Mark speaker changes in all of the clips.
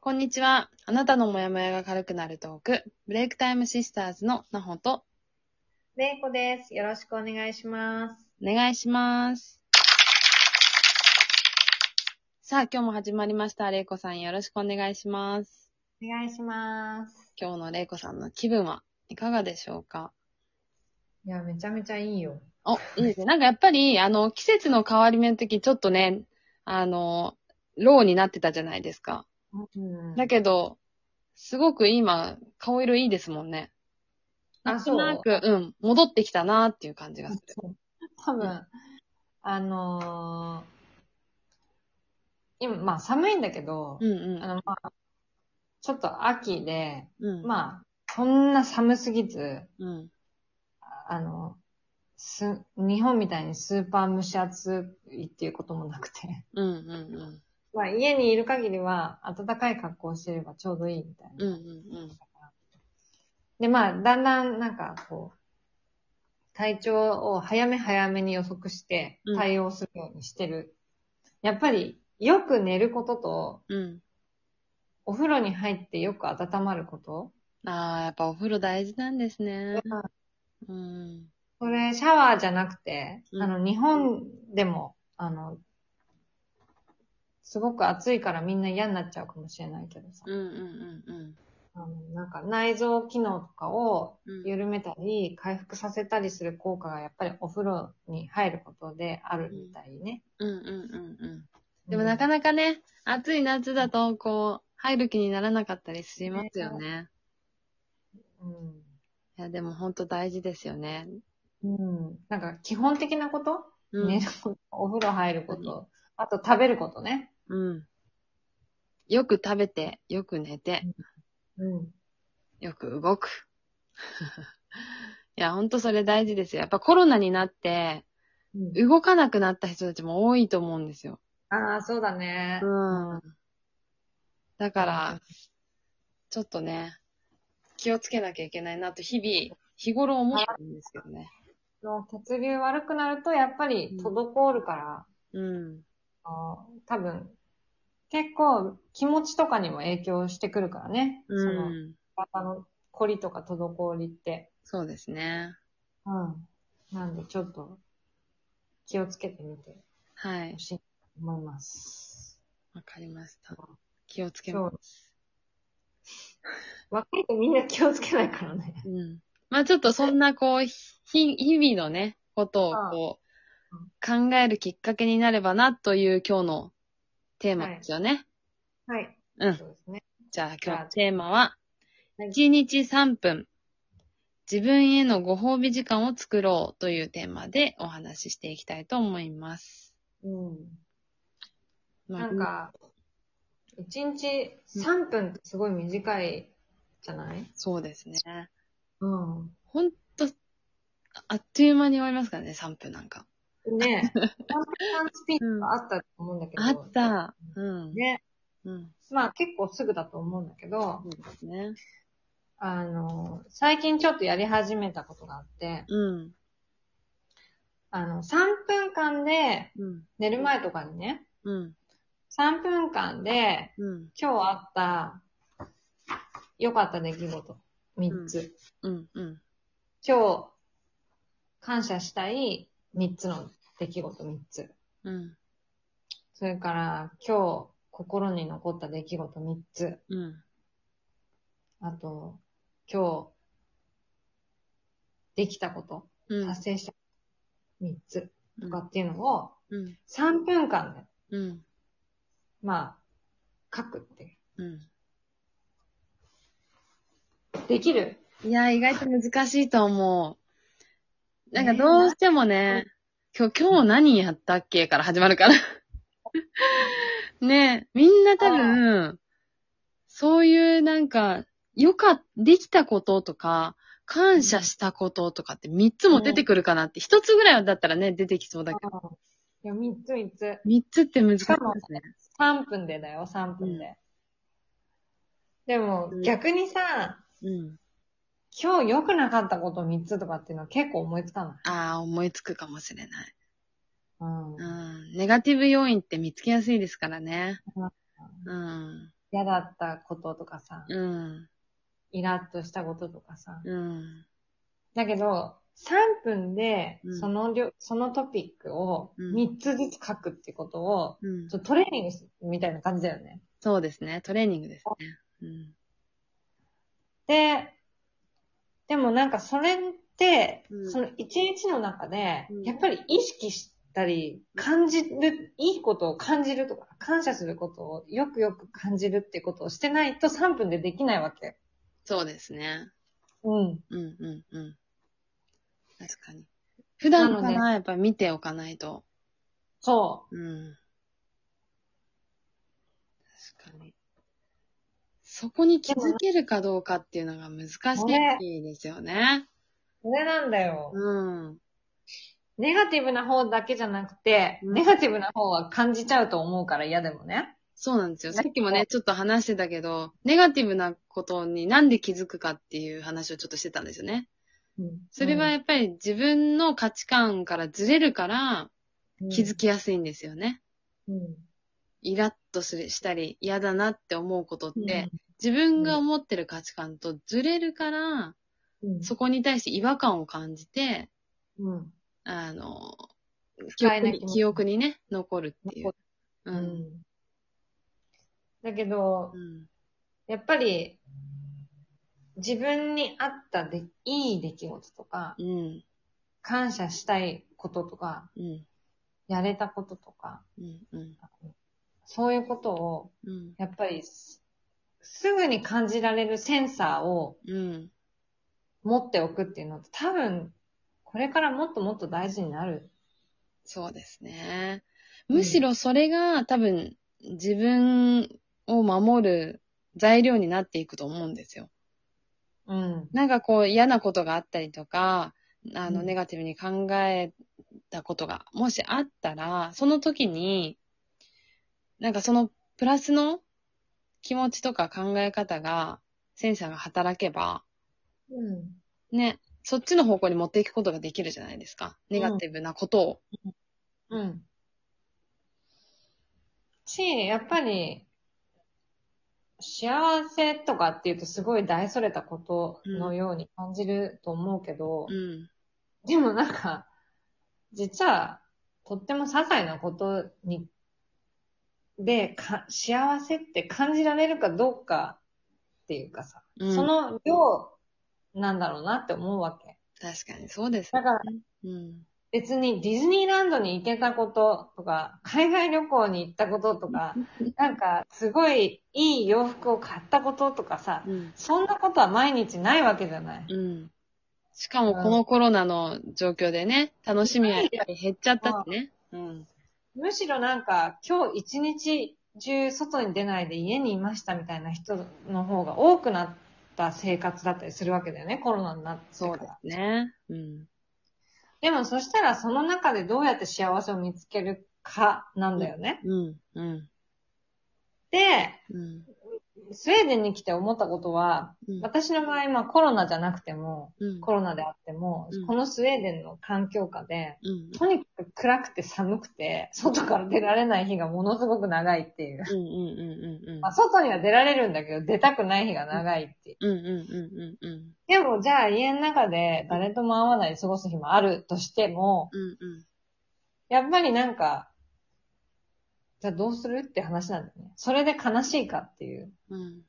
Speaker 1: こんにちは。あなたのモヤモヤが軽くなるトーク、ブレイクタイムシスターズのなほと、
Speaker 2: れいこです。よろしくお願いします。
Speaker 1: お願いします。さあ、今日も始まりました。れいこさんよろしくお願いします。
Speaker 2: お願いします。
Speaker 1: 今日のれいこさんの気分はいかがでしょうか
Speaker 2: いや、めちゃめちゃいいよ。
Speaker 1: お、いいですね。なんかやっぱり、あの、季節の変わり目の時、ちょっとね、あの、ローになってたじゃないですか。
Speaker 2: うん
Speaker 1: だけど、すごく今、顔色いいですもんね。
Speaker 2: あ
Speaker 1: なんとなく、うん、戻ってきたなっていう感じがする。
Speaker 2: 多分、あのー今、まあ寒いんだけど、
Speaker 1: うん
Speaker 2: あの、まあ、ちょっと秋で、
Speaker 1: うん。うん。
Speaker 2: まあ、そんな寒すぎず、
Speaker 1: うん。
Speaker 2: あの、す、日本みたいにスーパー蒸し暑いっていうこともなくて、
Speaker 1: うんうん
Speaker 2: まあ家にいる限りは暖かい格好をしてればちょうどいいみたいな。
Speaker 1: うん。うんうん
Speaker 2: で、まあ、だんだん、なんか、こう、体調を早め早めに予測して
Speaker 1: うん
Speaker 2: 対応するようにしてる。やっぱり、よく寝ることと、
Speaker 1: うん。
Speaker 2: お風呂に入ってよく温まること。
Speaker 1: うん。ああ、やっぱお風呂大事なんですね。うん。
Speaker 2: これ、シャワーじゃなくて、
Speaker 1: うん
Speaker 2: あの、日本でも、あの、すごく暑いからみんな嫌になっちゃうかもしれないけどさ
Speaker 1: うんう、んうん
Speaker 2: あのなんか内臓機能とかを
Speaker 1: うん。うん
Speaker 2: 緩めたり、回復させたりする効果がやっぱりお風呂に入ることであるみたいね。
Speaker 1: うんうんうん。でもなかなかね、暑い夏だと、こう、入る気にならなかったりしますよね。
Speaker 2: うん。
Speaker 1: いや、でも本当大事ですよね。
Speaker 2: うん。なんか基本的なこと、
Speaker 1: うん。
Speaker 2: 寝ること、お風呂入ること、あと食べることね。
Speaker 1: うん。よく食べて、よく寝て、
Speaker 2: うん。
Speaker 1: よく動く。 いや、ほんとそれ大事ですよ。やっぱコロナになって、動かなくなった人たちも多いと思うんですよ。
Speaker 2: ああ、そうだね。
Speaker 1: うん。だから、ちょっとね、気をつけなきゃいけないなと、日々、日頃思ってるんですけどね。
Speaker 2: もう血流悪くなるとやっぱり滞るから、
Speaker 1: うん。
Speaker 2: あの多分、結構気持ちとかにも影響してくるからね。
Speaker 1: う
Speaker 2: その、
Speaker 1: ん。
Speaker 2: 体の凝りとか滞りって。
Speaker 1: そうですね。
Speaker 2: うん。なんでちょっと気をつけてみて
Speaker 1: はい
Speaker 2: ほ。しいと思います。
Speaker 1: わかりました。気をつけます。
Speaker 2: そう。若い子みんな気をつけないからね。
Speaker 1: うん。まあちょっとそんなこう、ひ、日々のね、ことをこう、考えるきっかけになればなという今日のテーマですよね。
Speaker 2: はい。
Speaker 1: うん
Speaker 2: そうですね。
Speaker 1: じゃあ
Speaker 2: じ
Speaker 1: 今
Speaker 2: ゃ
Speaker 1: 日
Speaker 2: あ
Speaker 1: のテーマは、
Speaker 2: はい
Speaker 1: 1日3分、自分へのご褒美時間を作ろうというテーマでお話ししていきたいと思います。
Speaker 2: うん。
Speaker 1: ま
Speaker 2: な
Speaker 1: あ
Speaker 2: ん、か、一日3分ってすごい短いじゃない
Speaker 1: そうですね。
Speaker 2: うん。
Speaker 1: ほんと、あっという間に終わりますからね、3分なんか。
Speaker 2: ねえ。3分間スピードがあったと思うんだけど。
Speaker 1: あった。うん。
Speaker 2: ね。
Speaker 1: うん。
Speaker 2: まあ結構すぐだと思うんだけど
Speaker 1: そ、うですね。
Speaker 2: あの、最近ちょっとやり始めたことがあって、
Speaker 1: うん。
Speaker 2: あの、3分間で、
Speaker 1: うん。
Speaker 2: 寝る前とかにね、
Speaker 1: うん。
Speaker 2: 3分間で
Speaker 1: うん。
Speaker 2: 今日あった、良かった出来事。三つ。
Speaker 1: うんうん。
Speaker 2: 今日、感謝したい三つの出来事三つ。
Speaker 1: うん。
Speaker 2: それから、今日、心に残った出来事三つ。
Speaker 1: うん。
Speaker 2: あと、今日、できたこと、
Speaker 1: うん。
Speaker 2: 達成した三つ
Speaker 1: う
Speaker 2: と
Speaker 1: ん
Speaker 2: かっていうのを、
Speaker 1: うん。
Speaker 2: 3分間で、
Speaker 1: うん。
Speaker 2: まあ、書くっていう。
Speaker 1: う
Speaker 2: できる
Speaker 1: ん。いや、意外と難しいと思う。なんかどうしてもね、今日、今日何やったっけから始まるから。 ねえ、みんな多分、そういうなんか、よかっ、できたこととか、感謝したこととかって3つも出てくるかなって、1つぐらいはだったらね、出てきそうだけど、
Speaker 2: いや、三つ三つ。
Speaker 1: 3つって難しいで
Speaker 2: しかも
Speaker 1: すね。
Speaker 2: 3分でだよ、3分で。
Speaker 1: う
Speaker 2: でも
Speaker 1: うん、
Speaker 2: 逆にさ、
Speaker 1: うん。
Speaker 2: 今日良くなかったこと3つとかっていうのは結構思いつかない。
Speaker 1: ああ、思いつくかもしれない。
Speaker 2: うん。
Speaker 1: うんネガティブ要因って見つけやすいですからね。うん。
Speaker 2: 嫌だったこととかさ、
Speaker 1: うん。
Speaker 2: イラッとしたこととかさ。
Speaker 1: うん。
Speaker 2: だけど、3分で
Speaker 1: うん、
Speaker 2: そのりょ、そのトピックを
Speaker 1: うん
Speaker 2: 3つずつ書くってことを、
Speaker 1: うん
Speaker 2: ちょっとトレーニングすみたいな感じだよね。
Speaker 1: そうですね。トレーニングですね。
Speaker 2: で、でもなんかそれって、
Speaker 1: うん
Speaker 2: その一日の中で
Speaker 1: うん、
Speaker 2: やっぱり意識したり、感じる、いいことを感じるとか、感謝することをよくよく感じるってことをしてないと3分でできないわけ。
Speaker 1: そうですね。
Speaker 2: うん。
Speaker 1: うんうんうん。確かに。普段か
Speaker 2: な
Speaker 1: らやっぱ見ておかないと。
Speaker 2: そ
Speaker 1: うん。確かに。そこに気づけるかどうかっていうのが難しいですよね。
Speaker 2: う。それなんだよ。
Speaker 1: うん。
Speaker 2: ネガティブな方だけじゃなくて、
Speaker 1: うん
Speaker 2: ネガティブな方は感じちゃうと思うから嫌でもね。
Speaker 1: そうなんですよ。さ
Speaker 2: なんか
Speaker 1: っきもね、ちょっと話してたけど、ネガティブなことになんで気づくかっていう話をちょっとしてたんですよね。それはやっぱり自分の価値観からずれるから気づ
Speaker 2: き。
Speaker 1: きやすいんですよね。
Speaker 2: うん
Speaker 1: イラッとするしたり嫌だなって思うことって、自分が思ってる価値観とずれるから、
Speaker 2: うん
Speaker 1: そこに対して違和感を感じて、
Speaker 2: うん。
Speaker 1: あの、
Speaker 2: 不
Speaker 1: 記
Speaker 2: 快
Speaker 1: 憶
Speaker 2: な気
Speaker 1: に
Speaker 2: 持ち
Speaker 1: 記憶にね、残るっていう。う。
Speaker 2: うんん。だけど
Speaker 1: う、ん。
Speaker 2: やっぱり、自分に合ったでいい出来事とか、
Speaker 1: うん。
Speaker 2: 感謝したいこととか、
Speaker 1: うん。
Speaker 2: やれたこととか、
Speaker 1: うん。うん。
Speaker 2: そういうことを、
Speaker 1: うん。
Speaker 2: やっぱりす、すぐに感じられるセンサーを
Speaker 1: うん。
Speaker 2: 持っておくっていうのって多分、これからもっともっと大事になる。
Speaker 1: そうですね。むしろそれが多分自分を守る材料になっていくと思うんですよ。
Speaker 2: うん。
Speaker 1: なんかこう嫌なことがあったりとか、あの、
Speaker 2: うん
Speaker 1: ネガティブに考えたことが、もしあったら、その時に、なんかそのプラスの気持ちとか考え方が、センサーが働けば、
Speaker 2: うん。
Speaker 1: ね、そっちの方向に持っていくことができるじゃないですか。ネガティブなことを。
Speaker 2: うん。し、やっぱり、幸せとかっていうとすごい大それたことのように感じると思うけど、
Speaker 1: うん。
Speaker 2: でもなんか、実は、とっても些細なことに、でか、幸せって感じられるかどうかっていうかさ、
Speaker 1: うん、
Speaker 2: その量なんだろうなって思うわけ。
Speaker 1: 確かにそうです
Speaker 2: だ
Speaker 1: ね。
Speaker 2: から、
Speaker 1: うん。
Speaker 2: 別にディズニーランドに行けたこととか、海外旅行に行ったこと とか、なんかすごいいい洋服を買ったこととかさ、
Speaker 1: うん。
Speaker 2: そんなことは毎日ないわけじゃない。
Speaker 1: うん。しかもこのコロナの状況でね、楽しみはやっぱり減っちゃったってね。うん。
Speaker 2: むしろなんか今日一日中外に出ないで家にいましたみたいな人の方が多くなった生活だったりするわけだよね、コロナになってから。
Speaker 1: そうですね。うん。
Speaker 2: でもそしたらその中でどうやって幸せを見つけるかなんだよね。
Speaker 1: うん、うん、
Speaker 2: で、
Speaker 1: うん。
Speaker 2: スウェーデンに来て思ったことは、
Speaker 1: うん
Speaker 2: 私の場合、まあコロナじゃなくても、
Speaker 1: うん
Speaker 2: コロナであっても、
Speaker 1: うん
Speaker 2: このスウェーデンの環境下で、
Speaker 1: うん、
Speaker 2: とにかく暗くて寒くて、外から出られない日がものすごく長いっていう。
Speaker 1: うん、うん、うん、うん。
Speaker 2: まあ、外には出られるんだけど、出たくない日が長いっていう。
Speaker 1: うん、うん、うん、うん、うん。
Speaker 2: でも、じゃあ家の中で誰とも会わないで過ごす日もあるとしても、
Speaker 1: うん、うん。
Speaker 2: やっぱりなんか、じゃあどうするって話なんだよね。それで悲しいかっていう。
Speaker 1: うん。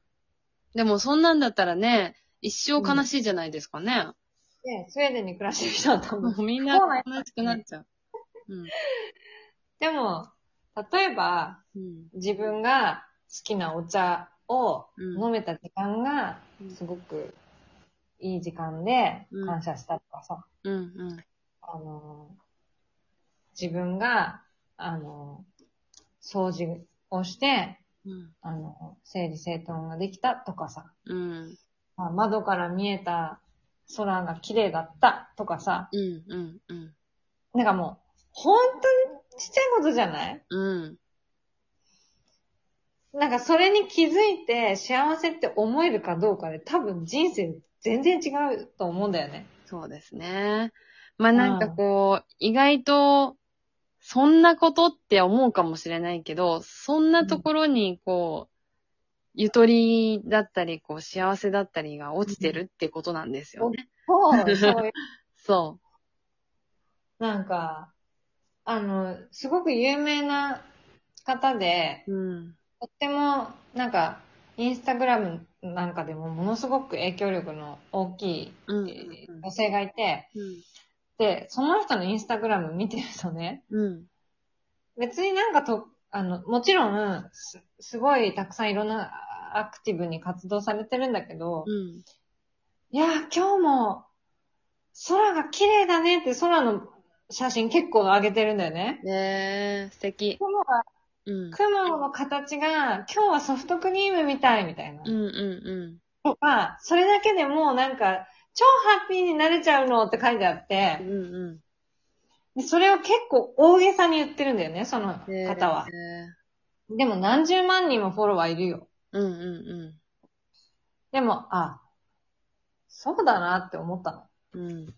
Speaker 1: でも、そんなんだったらね、一生悲しいじゃないですかね。
Speaker 2: で、スウェーデンに暮らしてる人は 多分
Speaker 1: もうみんな
Speaker 2: そうなん
Speaker 1: 悲しくなっちゃう。うん、
Speaker 2: でも、例えば、
Speaker 1: うん、
Speaker 2: 自分が好きなお茶を
Speaker 1: うん
Speaker 2: 飲めた時間が
Speaker 1: うん、
Speaker 2: すごくいい時間で
Speaker 1: うん
Speaker 2: 感謝したとかさ、
Speaker 1: うん、うん。
Speaker 2: あのー、自分が、あのー、掃除をして、
Speaker 1: うん、
Speaker 2: あのー、整理整頓ができたとかさ、
Speaker 1: うん、
Speaker 2: あ窓から見えた空が綺麗だったとかさ、
Speaker 1: うん、うん、うん。
Speaker 2: なんかもう、本当にちっちゃいことじゃない
Speaker 1: うん、
Speaker 2: なんかそれに気づいて幸せって思えるかどうかで多分人生全然違うと思うんだよね。
Speaker 1: そうですね。まあ、なんかこう、意外と、そんなことって思うかもしれないけど、そんなところにこう、ゆとりだったり、こう、幸せだったりが落ちてるってことなんですよね。
Speaker 2: そう、そういう、
Speaker 1: そ
Speaker 2: なんか、あの、すごく有名な方で、
Speaker 1: う。うん。
Speaker 2: とっても、なんか、インスタグラムなんかでもものすごく影響力の大きい
Speaker 1: うん。
Speaker 2: 女性がいて、
Speaker 1: うん。
Speaker 2: で、その人のインスタグラム見てるとね、
Speaker 1: うん。
Speaker 2: 別になんかと、あの、もちろん、す、すごいたくさんいろんなアクティブに活動されてるんだけど、
Speaker 1: うん。
Speaker 2: いやー、今日も、空が綺麗だねって空の写真結構上げてるんだよね。
Speaker 1: ねえ、素敵。
Speaker 2: 雲が、
Speaker 1: うん。
Speaker 2: 雲の形が、今日はソフトクリームみたいみたいな。
Speaker 1: うんう
Speaker 2: とか、それだけでもうなんか、超ハッピーになれちゃうのって書いてあっ
Speaker 1: んうん。
Speaker 2: て、
Speaker 1: うん
Speaker 2: でそれを結構大げさに言ってるんだよね、その
Speaker 1: うん。
Speaker 2: 方は。
Speaker 1: ね
Speaker 2: でも何十万人もフォロワーいるよ。
Speaker 1: え。うんう
Speaker 2: でも、あ、そうだなって思ったの。
Speaker 1: んうん。うん。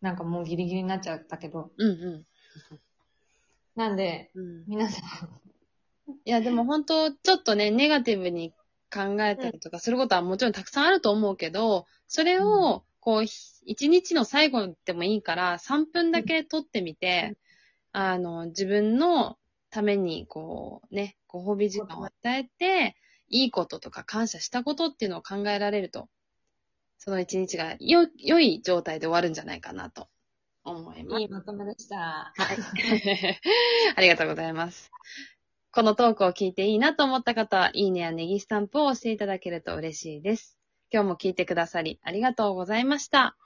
Speaker 2: なんかもうギリギリになっちゃったけど。
Speaker 1: うんう
Speaker 2: なんで、
Speaker 1: ん。うん。
Speaker 2: 皆さん、
Speaker 1: いや、でも本当、ちょっとね、ネガティブに考えたりとかすることはもちろんたくさんあると思うけど、それを、こう、ひ一日の最後でもいいから、3分だけ撮ってみて、あの、自分のために、こう、ね、ご褒美時間を与えて、いいこととか感謝したことっていうのを考えられると、その一日がよ、良い状態で終わるんじゃないかなと思います
Speaker 2: い。いまとめでした。
Speaker 1: ありがとうございます。このトークを聞いていいなと思った方は、いいねやネギスタンプを押していただけると嬉しいです。今日も聞いてくださりありがとうございました。